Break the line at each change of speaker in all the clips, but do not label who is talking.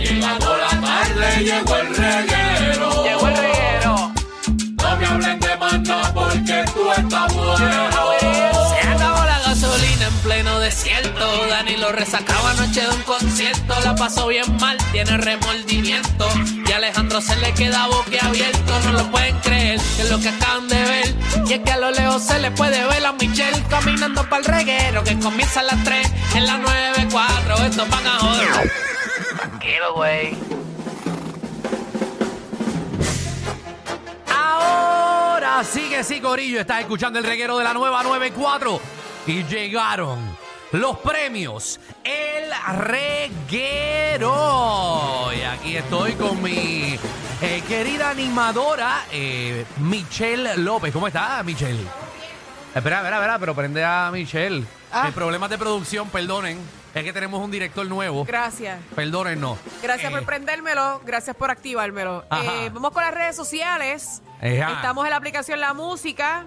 Llegó la tarde, llegó el reguero.
Llegó el reguero.
No me hablen de manda porque tú estás bueno.
Se acabó la gasolina en pleno desierto. Dani lo resacaba anoche de un concierto. La pasó bien mal, tiene remordimiento. Y a Alejandro se le queda boquiabierto. No lo pueden creer, que es lo que acaban de ver. Y es que a lo lejos se le puede ver a Michelle caminando para el reguero. Que comienza a las 3 en las 9.4. Estos van a joder. Tranquilo, güey.
Ahora sí que sí, Corillo. Estás escuchando el reguero de la nueva 94. Y llegaron los premios. El reguero. Y aquí estoy con mi eh, querida animadora, eh, Michelle López. ¿Cómo estás, Michelle? Espera, espera, espera, pero prende a Michelle.
Ah.
El problema de producción, perdonen. Es que tenemos un director nuevo.
Gracias.
Perdónennos.
Gracias
Eh,
por prendérmelo, gracias por activármelo.
Ajá.
Eh, vamos con las redes sociales.
Ejá.
Estamos en la aplicación La Música,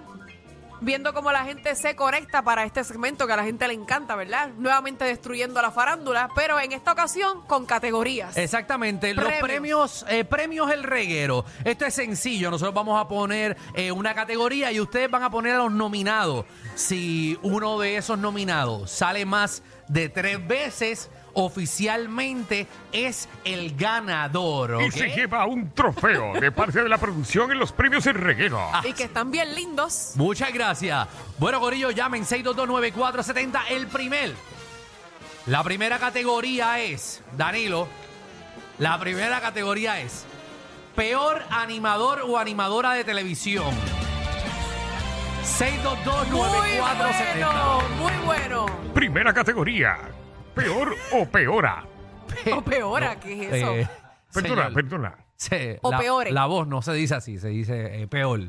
viendo cómo la gente se conecta para este segmento que a la gente le encanta, ¿verdad? Nuevamente destruyendo la farándula, pero en esta ocasión con categorías.
Exactamente, los
Premios.
premios, eh, premios el reguero. Esto es sencillo, nosotros vamos a poner eh, una categoría y ustedes van a poner a los nominados. Si uno de esos nominados sale más de tres veces, oficialmente es el ganador.
Y
¿ok?
se lleva un trofeo de parte de la producción en los premios El Reguero.
Y que están bien lindos.
Muchas gracias. Bueno, Corillo, llamen 6229470. El primer. La primera categoría es, Danilo, la primera categoría es peor animador o animadora de televisión. 6229470.
Muy bueno, muy bueno.
Primera categoría. Peor o peora.
O peor, ¿qué es eso?
Eh,
Perdona,
señor,
perdona.
se-
O
la,
peores.
La voz no se dice así, se dice eh, peor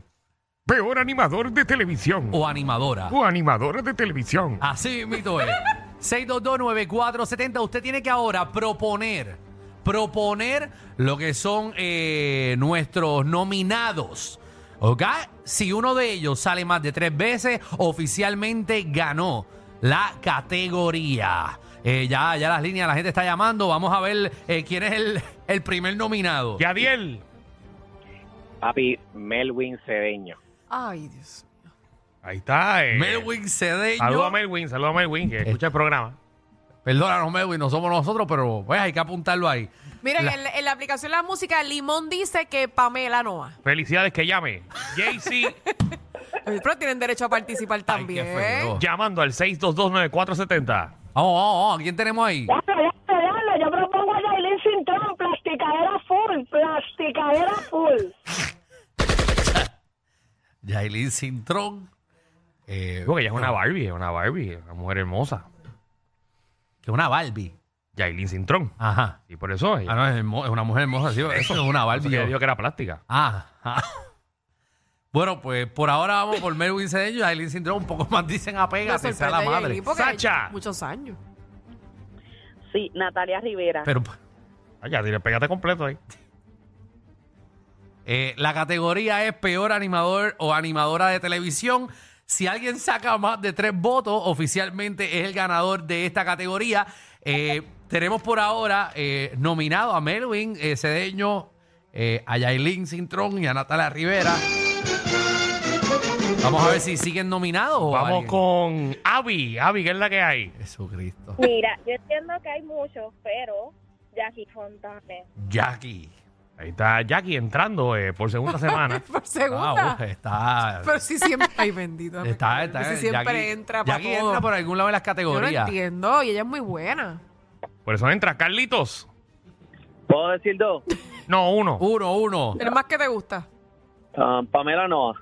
Peor animador de televisión.
o Ah, animadora.
O animadora de televisión.
Así mito es. 6229470. Usted tiene que ahora proponer, proponer lo que son eh, nuestros nominados. ¿Ok? Si uno de ellos sale más de tres veces, oficialmente ganó la categoría. Eh, ya, ya las líneas, la gente está llamando. Vamos a ver eh, quién es el, el primer nominado.
Yadiel.
Papi, Melwin Cedeño.
Ay, Dios.
Ahí está. eh.
Melwin Cedeño.
Saluda a Melwin, saluda a Melwin, que escucha el programa.
Perdónanos, Melwin, no somos nosotros, pero pues hay que apuntarlo ahí.
Miren,
La-
en, la- en la aplicación La Música, Limón dice que Pamela no va.
Felicidades que llame. Jaycee
Pero tienen derecho a participar
Ay, qué
también.
feo.
llamando al 6229470.
Vamos, vamos, vamos. ¿Quién tenemos ahí?
Ya, ya, ya, yo propongo a Yailin Cintrón, plasticadera full, plasticadera full.
Yailin Cintrón. Eh,
Digo que ella es una Barbie, es una Barbie, una mujer hermosa.
que una Barbie.
Yailin Cintrón.
Ajá.
Y por eso ella
Ah, no, es, hermo- es una mujer hermosa. sí, eso es una
por eso
Barbie.
que ella dijo
yo-
que era plástica.
Ah, ajá. Bueno, pues por ahora vamos por Melvin Cedeño y Yailin Cintrón. Un poco más dicen apega,
Me
se sea
sorprende
la madre.
Yailin, porque
Sacha.
Muchos años.
Sí, Natalia Rivera.
Pero pues,
Ay, Yadiel, Ah, pégate completo ahí.
eh, la categoría es peor animador o animadora de televisión. Si alguien saca más de tres votos, oficialmente es el ganador de esta categoría. Eh, tenemos por ahora eh, nominado a Melvin eh, Cedeño, eh, a Yailin Cintrón y a Natalia Rivera. Vamos a ver si siguen nominados. o
Vamos
alguien.
con Avi. Avi, ¿qué es la que hay?
Jesucristo.
Mira, yo entiendo que hay muchos, pero Jackie Fontane.
Jackie.
Ahí está Jackie entrando eh, por segunda semana.
Por segunda.
Ah, uh, está.
pero si siempre. Ay, bendito. dame
Está,
calma.
está.
Si siempre
Jackie-
entra para
Jackie entra por algún lado en las
Yo no
categorías.
entiendo. Y ella es muy buena.
Por eso entra Carlitos.
¿Puedo decir dos?
No, uno.
uno, uno.
El más que te gusta.
Um, Pamela Noa.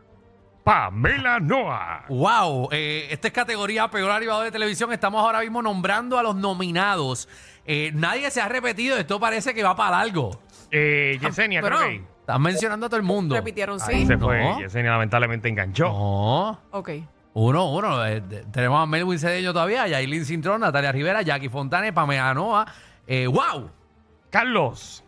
Pamela Noa.
Wow, eh, esta es categoría peor animador de televisión. Estamos ahora mismo nombrando a los nominados. Eh, nadie se ha repetido. Esto parece que va para algo.
Eh,
Ah,
Yesenia, creo
bueno.
que ahí.
Están mencionando a todo el mundo.
Repitieron
Ahí
sí.
se fue.
No.
Yesenia lamentablemente enganchó.
No,
Ok.
uno, uno. Eh, de- tenemos a Melvin Cedeño todavía, Yailin Cintrón, Natalia Rivera, Jackie Fontane, Pamela Noa. Eh, wow,
Carlos.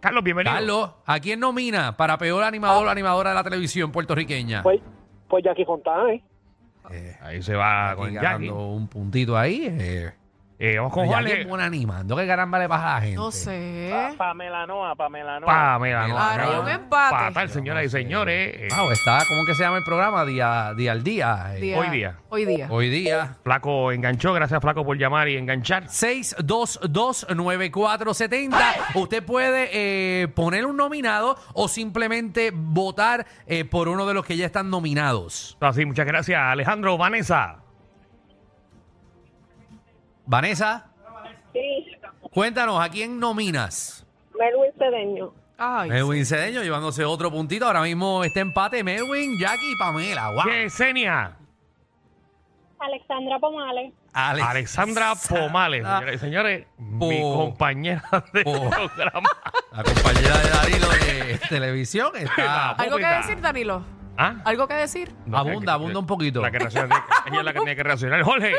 Carlos, bienvenido.
Carlos, ¿a quién nomina para peor
Ah.
animador o animadora de la televisión puertorriqueña?
Pues, pues Jackie Fontana, ¿eh?
Eh,
Ahí se va
aquí
con
ganando
Jackie.
un puntito ahí. eh.
Eh, vamos con
Con
Juan.
Juan es
Le-
buen animando. ¿Qué caramba le pasa a la gente?
No sé.
Pamela Noa, Pamela Noa.
Pamela Noa.
Ahora,
Noa.
un
empate.
Fatal, señoras y señores. Eh,
Wow, está, ¿cómo que se llama el programa? Día, día al día. eh.
Día-
hoy día.
Hoy día.
Hoy día.
Flaco enganchó. Gracias, Flaco, por llamar y enganchar.
6229470. Usted puede eh, poner un nominado o simplemente votar eh, por uno de los que ya están nominados.
Así, muchas gracias, Alejandro, Vanessa.
Vanessa,
Sí,
cuéntanos, ¿a quién nominas?
Melwin Cedeño.
Ay,
Melwin Cedeño llevándose otro puntito. Ahora mismo este empate, Melwin, Jackie y Pamela. Wow.
Yesenia.
Alexandra Pomales.
Ale-
Alexandra Pomales. Señoras y señores, mi
Po-
compañera de
Po-
programa.
La compañera de Danilo de televisión está...
¿Algo que
Puta.
decir, Danilo?
¿Ah?
¿Algo que decir?
No,
Abunda,
que-
abunda un poquito.
La que reacciona- ella es la que tiene que reaccionar. Jorge.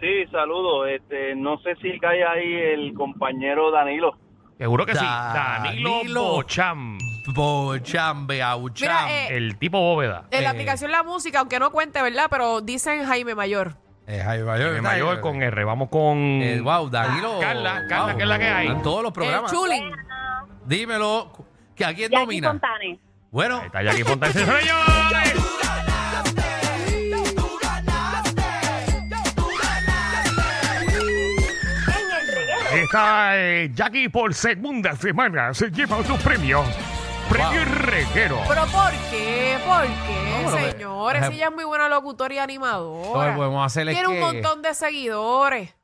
Sí, saludo. Este, no sé si cae ahí el compañero Danilo.
Seguro que sí.
Danilo.
Danilo, Bocham.
Bochambe, auchambe.
Mira, eh,
El tipo bóveda.
En la
Eh.
aplicación La Música, aunque no cuente, ¿verdad? Pero dicen Jaime Mayor.
Eh, Jaime Mayor.
El
está
mayor
ahí.
con R. Vamos con.
Eh, wow, Danilo.
Carla, Carla,
wow,
que es la que hay.
En todos los
El
programas.
Chulin.
Dímelo, cu- que ¿a quién
Jackie
domina?
Fontanes.
Bueno,
Ahí Está Jackie Fontaine. ¡Señores! Está eh, Jackie por segunda semana. Se lleva otro premio. Premio Reguero.
¿Pero por qué? ¿Por qué,
No, pero-
señores? Si ella es muy buena locutora y animadora.
Lo que podemos hacer es
Tiene un
que-
montón de seguidores.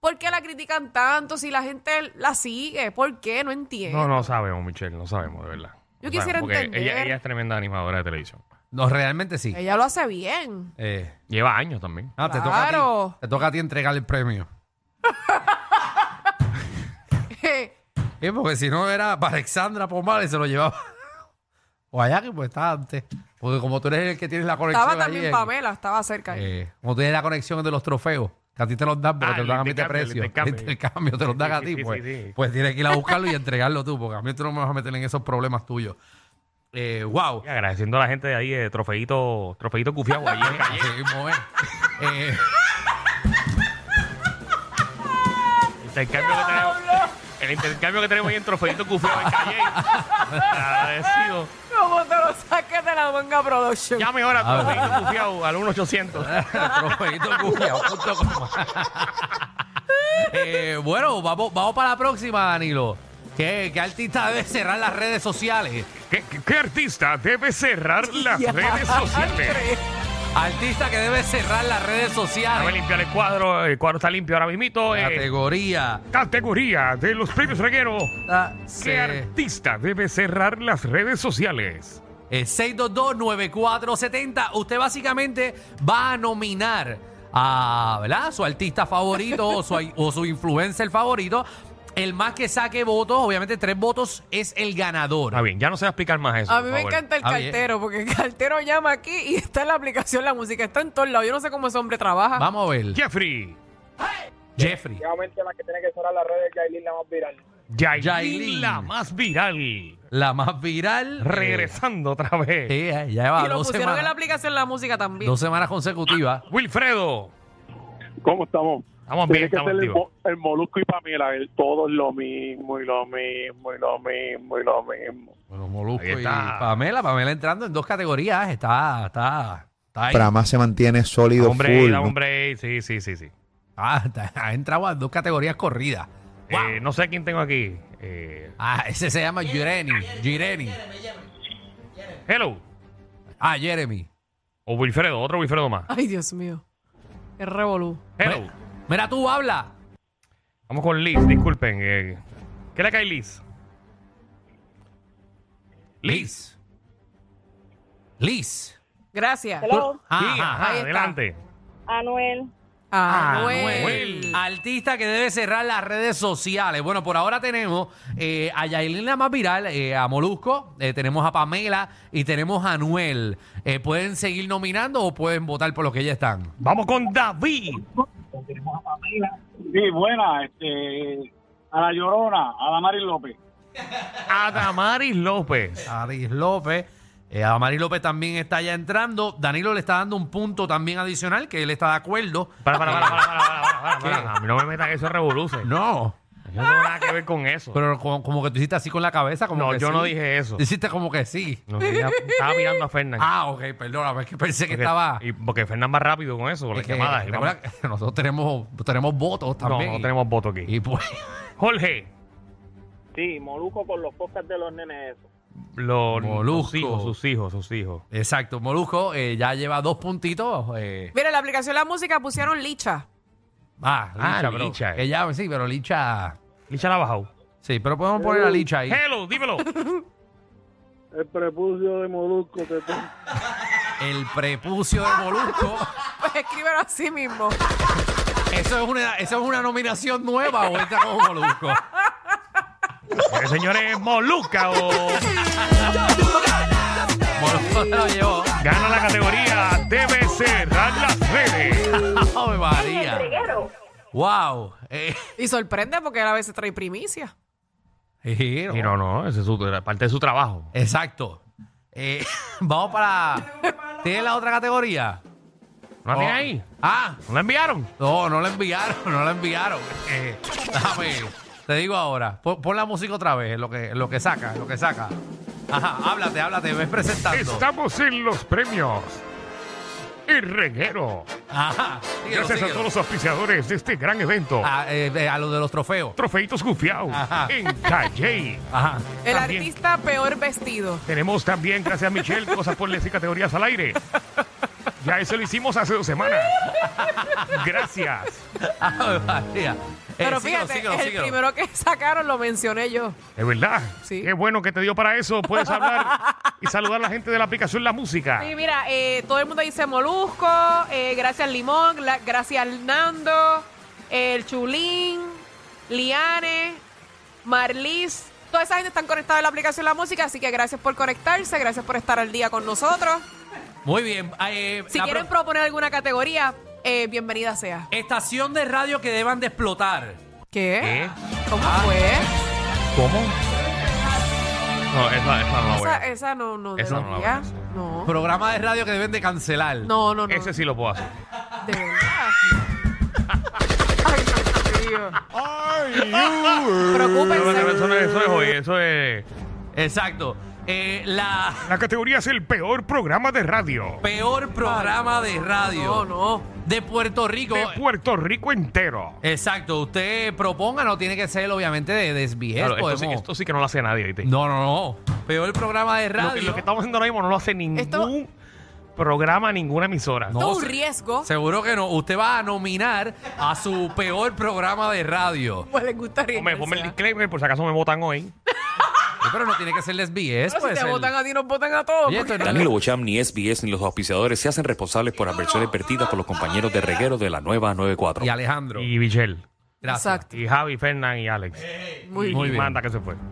¿Por qué la critican tanto si la gente la sigue? ¿Por qué? No entiendo.
No, no sabemos, Michelle. No sabemos, de verdad.
Yo
No
quisiera
sabemos, porque
entender.
Ella, ella es tremenda animadora de televisión.
no, realmente sí.
Ella lo hace bien.
Eh,
Lleva años también.
ah, te, toca a ti,
Claro.
te toca a ti entregar el premio. Eh, porque si no era para Alexandra Pomales, se lo llevaba. O allá que pues estaba antes. Porque como tú eres el que tienes la conexión.
estaba también
ahí en-
Pamela, estaba cerca. ahí.
eh, como tú tienes la conexión de los trofeos. Que a ti te los dan, pero
Ah,
te los
el
dan a mí de
intercambio, el
precio. El
intercambio.
intercambio te los dan a
Sí,
ti.
sí, sí,
pues,
sí.
pues tienes que ir a buscarlo y entregarlo tú, porque a mí tú no me vas a meter en esos problemas tuyos. Eh, wow.
Y agradeciendo a la gente de ahí, de Trofeito, Trofeito Cufiagua. allí en Calle.
Así mismo es. Eh,
intercambio que tenemos, el intercambio que tenemos ahí en Trofeito Cufiagua en Calle. Agradecido.
¿Cómo te lo saques de la manga production? Ah,
Llame ahora
A
a
ver.
Trofeito Cufiagua al 1-800.
trofeitocubiao.com. Eh, bueno, vamos, vamos para la próxima, Danilo. ¿Qué, qué artista debe cerrar las redes sociales?
¿Qué, qué- qué artista debe cerrar las redes sociales?
Artista que debe cerrar las redes
Dame
sociales.
limpiar el cuadro. El cuadro está limpio ahora mismito. eh,
Categoría.
categoría de los premios regueros.
Ah,
¿Qué
se-
artista debe cerrar las redes sociales?
Eh, 622-9470. Usted básicamente va a nominar a ¿verdad? su artista favorito o, su, o su influencer favorito. El más que saque votos, obviamente tres votos, es el ganador.
Está bien, ya no se va a explicar más eso.
A
por
mí me
favor.
encanta el
Ah, bien.
cartero, porque el cartero llama aquí y está en la aplicación la música, está en todos lados. Yo no sé cómo ese hombre trabaja.
Vamos a ver.
Jeffrey.
Jeffrey.
Realmente la que tiene que cerrar las redes es Yailin, la más viral.
Yailin,
Yailin.
la más viral.
La más viral.
Regresando otra vez.
Eh, eh, ya va
y lo
dos
pusieron en la
semanas,
aplicación la música también.
dos semanas consecutivas.
Wilfredo.
¿Cómo estamos?
Estamos bien,
Tiene que
estamos
este
ser el,
activos.
mo- el Molusco y Pamela, el todo es lo mismo y lo mismo y lo mismo y lo mismo.
Bueno, Molusco
Ahí
y
está.
Pamela. Pamela entrando en dos categorías. Está, está, está ahí.
Prama se mantiene sólido,
Hombre,
full.
da
¿no?
hombre, sí, sí, sí, sí.
Ah, está- ha entrado en dos categorías corridas. Wow.
Eh, no sé quién tengo aquí. Eh,
Ah, ese se llama Jireni. Jireni.
hello.
Ah, Jeremy.
O Wilfredo, otro Wilfredo más.
Ay, Dios mío. Es revolú.
Hello.
Mira, mira tú, habla.
Vamos con Liz, disculpen. eh. ¿Qué le cae Liz? Liz.
Liz. Liz. Ah,
Gracias.
Hello,
Sí,
Ajá.
ajá,
ahí está.
adelante.
Anuel.
Anuel.
Anuel.
Artista que debe cerrar las redes sociales. Bueno, por ahora tenemos eh, a Yailin la más viral, eh, a Molusco, eh, tenemos a Pamela y tenemos a Anuel. Eh, pueden seguir nominando o pueden votar por los que ya están.
Vamos con David.
Sí, buena, este, a la Llorona, a Damaris López.
Adamaris López.
Aris López. Eh, Amari López también está ya entrando. Danilo le está dando un punto también adicional que él está de acuerdo.
Para, para, para, para, para, para, para, para. A mí no me metan que eso revoluce. No
No,
tengo nada que ver con eso.
pero como, como que tú hiciste así con la cabeza. Como
no,
que
yo
sí.
no dije eso.
Hiciste como que sí.
No, sí, ya- estaba mirando a Fernan.
Ah, ok, perdóname, es que pensé que
Porque-
estaba.
y porque Fernan va rápido con eso, con las
es que,
llamadas. Y
recuerda
vamos-
que nosotros tenemos, tenemos votos
No,
también.
no tenemos voto aquí.
Y pues,
Jorge,
Sí, Moruco con los podcasts de los nenes eso.
los,
Molusco.
sus hijos, sus hijos, sus hijos.
exacto, Molusco eh, ya lleva dos puntitos. eh,
Mira, en la aplicación de la música pusieron licha.
ah,
Ah,
Licha, pero-
Licha, eh.
Ella, sí, pero Licha.
Licha la ha bajado.
Sí, pero podemos poner a
Uh.
Licha ahí.
Hello, dímelo.
El prepucio de Molusco te pon-
El prepucio de Molusco.
Pues escríbelo así mismo.
Eso es una, eso es una nominación nueva, vuelta con Molusco.
Porque señores, Molusca o
Molusco se lo llevó.
gana la categoría debe cerrar las redes.
¡Ave María! ¡Wow! Eh,
Y sorprende porque él a veces trae primicia.
sí,
Y no, no, ese es su- era parte de su trabajo.
Exacto. Eh, vamos para. ¿Tiene la otra categoría?
¿No la
Oh.
tiene ahí?
Ah,
¿No la enviaron?
no, no la enviaron, no la enviaron. Eh, déjame, te digo ahora. Pon, pon la música otra vez, lo que, lo que saca, lo que saca. Ajá, háblate, háblate, ves presentando.
Estamos en los premios. El reguero.
Ajá, síguelo,
Gracias a
síguelo.
todos los auspiciadores de este gran evento.
Ah, eh, eh, a lo de los trofeos.
Trofeitos Gufiao
Ajá.
en Calle.
Ajá.
El
También.
artista peor vestido.
Tenemos también, gracias Michelle, cosas por y categorías al aire. Ya eso lo hicimos hace dos semanas. Gracias.
Ave María. Eh,
Pero
síguelo,
fíjate,
síguelo,
el
síguelo.
primero que sacaron lo mencioné yo.
Es verdad.
Sí.
Qué bueno que te dio para eso. Puedes hablar y saludar a la gente de la aplicación La Música.
Sí, mira, eh, todo el mundo dice Molusco, eh, gracias Limón, la- gracias Nando, el Chulín, Liane, Marlis. Toda esa gente están conectada a la aplicación La Música, así que gracias por conectarse, gracias por estar al día con nosotros.
Muy bien. eh,
Si
la
quieren
pro-
proponer alguna categoría, eh, bienvenida sea.
Estación de radio que deban de explotar.
¿Eh?
¿Qué? ¿Cómo
Ah.
fue?
¿Cómo? No, esa, esa no la voy a
Esa, esa no, no
Esa no la voy a
debería.
hacer.
No, no,
Programa de radio que deben de cancelar.
no, no.
Ese sí lo puedo hacer.
De verdad. Ay, Dios mío.
No, no, no, eso,
Preocúpense.
no es, eso es hoy, eso es...
Exacto. Eh, la
La categoría es el peor programa de radio
peor programa de radio
No, no.
de Puerto Rico.
de Puerto Rico entero.
Exacto. Usted proponga, no tiene que ser obviamente de desvío.
Claro, esto, sí, esto sí que no lo hace nadie, ¿viste?
No, no, no. Peor programa de
Lo que,
radio.
lo que estamos haciendo ahora mismo no lo hace ningún
Esto-
programa, ninguna emisora.
No,
Esto es un
se-
riesgo.
Seguro que no. Usted va a nominar a su peor programa de radio.
Pues les gustaría.
Ponme, ponme el disclaimer por si acaso me votan hoy.
Sí, Pero no tiene que ser lesbies.
si
Puede
te
ser.
votan a ti, nos votan a todos.
pues Oye,
porque-
esto no-
Danilo Bocham, ni SBS, ni los auspiciadores se hacen responsables por adversiones vertidas por los compañeros de reguero de la nueva 94.
Y Alejandro.
Y Michelle.
Gracias.
Exacto.
Y Javi, Fernán y Alex.
Muy
y,
Eh,
bien.
Muy
y
bien.
Manda que se fue.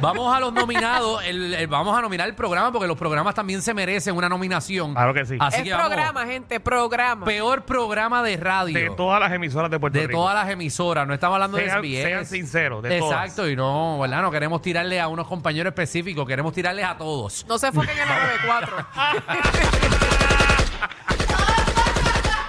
Vamos a los nominados. el- el- vamos a nominar el programa porque los programas también se merecen una nominación.
Claro que sí.
Así
Es
que vamos.
programa, gente, programa.
Peor programa de radio.
De todas las emisoras de Puerto
de
Rico.
todas las emisoras, no estamos hablando
Sean-
de SBS.
sean sinceros, de
Exacto, y no, ¿verdad? No queremos tirarle a unos compañeros específicos, queremos tirarles a todos.
No se enfoquen en la 94.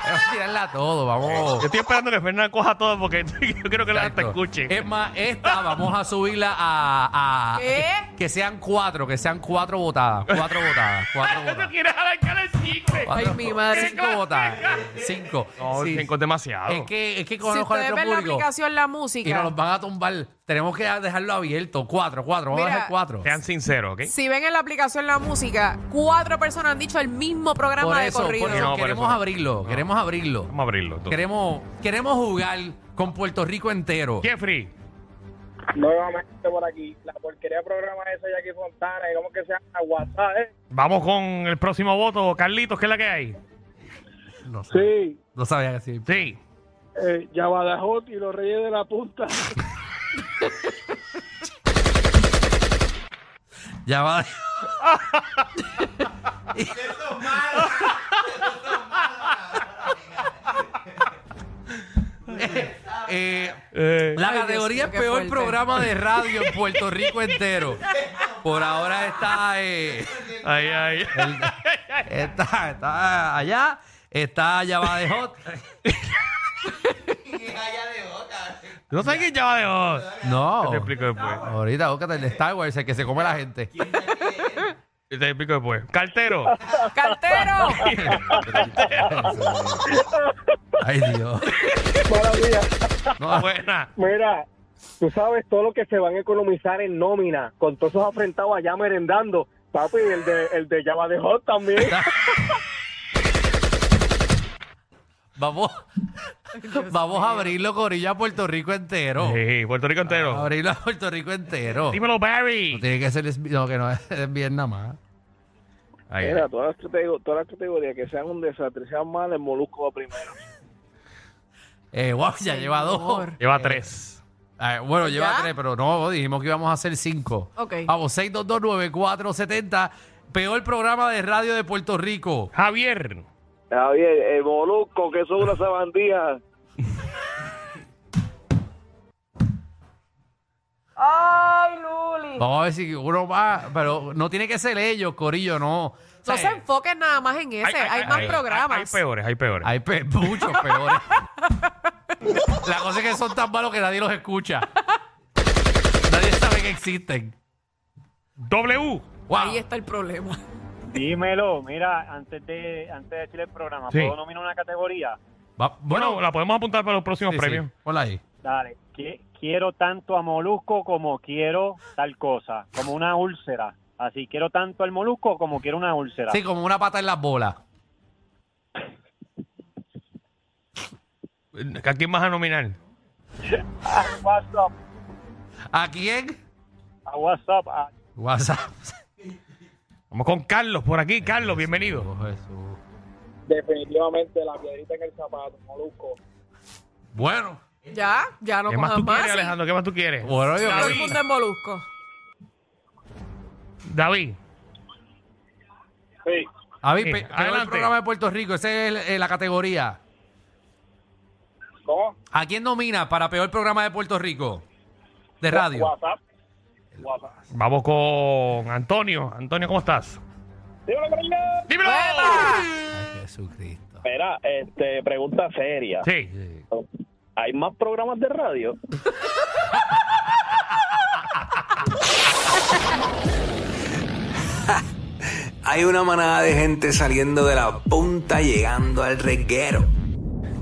Queremos tirarle a todos,
Yo
vamos.
estoy esperando que Fernán coja todo porque yo quiero que la gente
Exacto.
escuche.
Es más, esta vamos a subirla
Ah,
a. a-
¿Qué?
Que sean cuatro, que sean cuatro votadas. Cuatro votadas, cuatro
¡No
votadas.
quieres arrancar el chicle!
Cuatro-
Ay, mi madre.
Cinco votadas. Cinco.
No,
Sí.
cinco es demasiado.
Es que, es que
si
conozco a
ustedes
nuestro
ven la
público.
aplicación La
Y nos los
Música,
van a tumbar. Tenemos que dejarlo abierto. Cuatro, cuatro. Vamos a
Mira,
dejar cuatro.
Sean sinceros, ¿ok?
si ven en la aplicación La Música, cuatro personas han dicho el mismo
Por
programa de
eso, por
corrido.
eso
No, por
queremos
eso no.
abrirlo.
No.
Queremos abrirlo.
Vamos a abrirlo. entonces.
Queremos, queremos jugar con Puerto Rico entero.
Jeffrey,
Nuevamente por aquí. La porquería de programa esa de Jackie Fontana. ¿Y cómo que se llama? WhatsApp, ¿eh?
vamos con el próximo voto. Carlitos, ¿qué es la que hay?
No, sé.
Sí.
No sabía que sí.
Sí.
Eh, Yabadajot y los Reyes de la Punta.
Ya va. Eh, eh,
Eh,
la
Ay, Dios
categoría
mío, qué
peor
fuerte.
programa de radio en Puerto Rico entero. Por ahora está, eh,
Ay, ay.
el- está, está allá. Está allá va de hot.
¿Tú no sabes quién llama de vos?
No.
Te explico después.
Ahorita, búscate el de Star Wars, el que se come la gente.
Te explico después. Cartero.
¡Cartero!
Ay, Dios.
Maravilla.
No,
Buena.
Mira, tú sabes todo lo que se van a economizar en nómina, con todos esos afrentados allá merendando. Papi, el de, el de Java de Hot también.
vamos, vamos a abrirlo, Corilla, a Puerto Rico entero.
Sí, Puerto Rico entero.
Abrirlo a Puerto Rico entero.
Dímelo,
Ah, No
Barry.
tiene que ser, es- no, que no es ¿ah? bien nada más.
Ay, ay.
Mira, todas las, catego- todas las categorías que sean un desastre, sean mal, el molusco va primero.
Eh, wow, ya lleva dos.
Lleva tres.
Ah, bueno, lleva
¿Ya?
tres, pero no, dijimos que íbamos a hacer cinco.
Ok.
Vamos, 6229470. Peor programa de radio de Puerto Rico.
Javier.
Javier, el molusco, que eso es una sabandija.
¡Ay, Luli!
Vamos a ver si uno va, pero no tiene que ser ellos, Corillo, no. O sea,
No se enfoquen nada más en ese.
Ay, ay,
hay
ay,
más
ay,
programas.
Hay, hay peores, hay peores.
hay pe- muchos peores. La cosa es que son tan malos que nadie los escucha. Nadie sabe que existen.
W.
Wow.
Ahí está el problema.
Dímelo, mira, antes de, antes de decir el programa,
Sí.
¿puedo nominar una categoría?
Va- bueno,
Bueno, la podemos apuntar para los próximos
sí, sí.
premios.
Ponla ahí.
Dale, que- quiero tanto a Molusco como quiero tal cosa, como una úlcera. Así, quiero tanto al Molusco como quiero una úlcera.
Sí, como una pata en las bolas.
¿A quién vas a nominar?
A WhatsApp,
¿A quién?
a WhatsApp, a-
WhatsApp.
Vamos con Carlos por aquí. Carlos, bienvenido.
Oh, Jesús.
Definitivamente la piedrita en el zapato, Molusco.
Bueno.
Ya, ya no
¿Qué más
cojan
tú
más.
quieres,
sí.
Alejandro? ¿Qué más tú quieres?
Bueno, yo
Todo el
creo
mundo en molusco.
David.
Sí,
A ver,
Sí,
pe- peor
adelante.
programa de Puerto Rico, esa es el- eh, la categoría.
¿cómo?
¿A quién nomina para peor programa de Puerto Rico? De radio.
WhatsApp. WhatsApp.
Vamos con Antonio. Antonio, ¿cómo estás?
Dímelo, Corillo.
¡Dímelo!
Ay, Jesucristo.
Mira, este, pregunta seria.
Sí.
Sí.
¿Hay más programas de radio?
Hay una manada de gente saliendo de la punta llegando al reguero.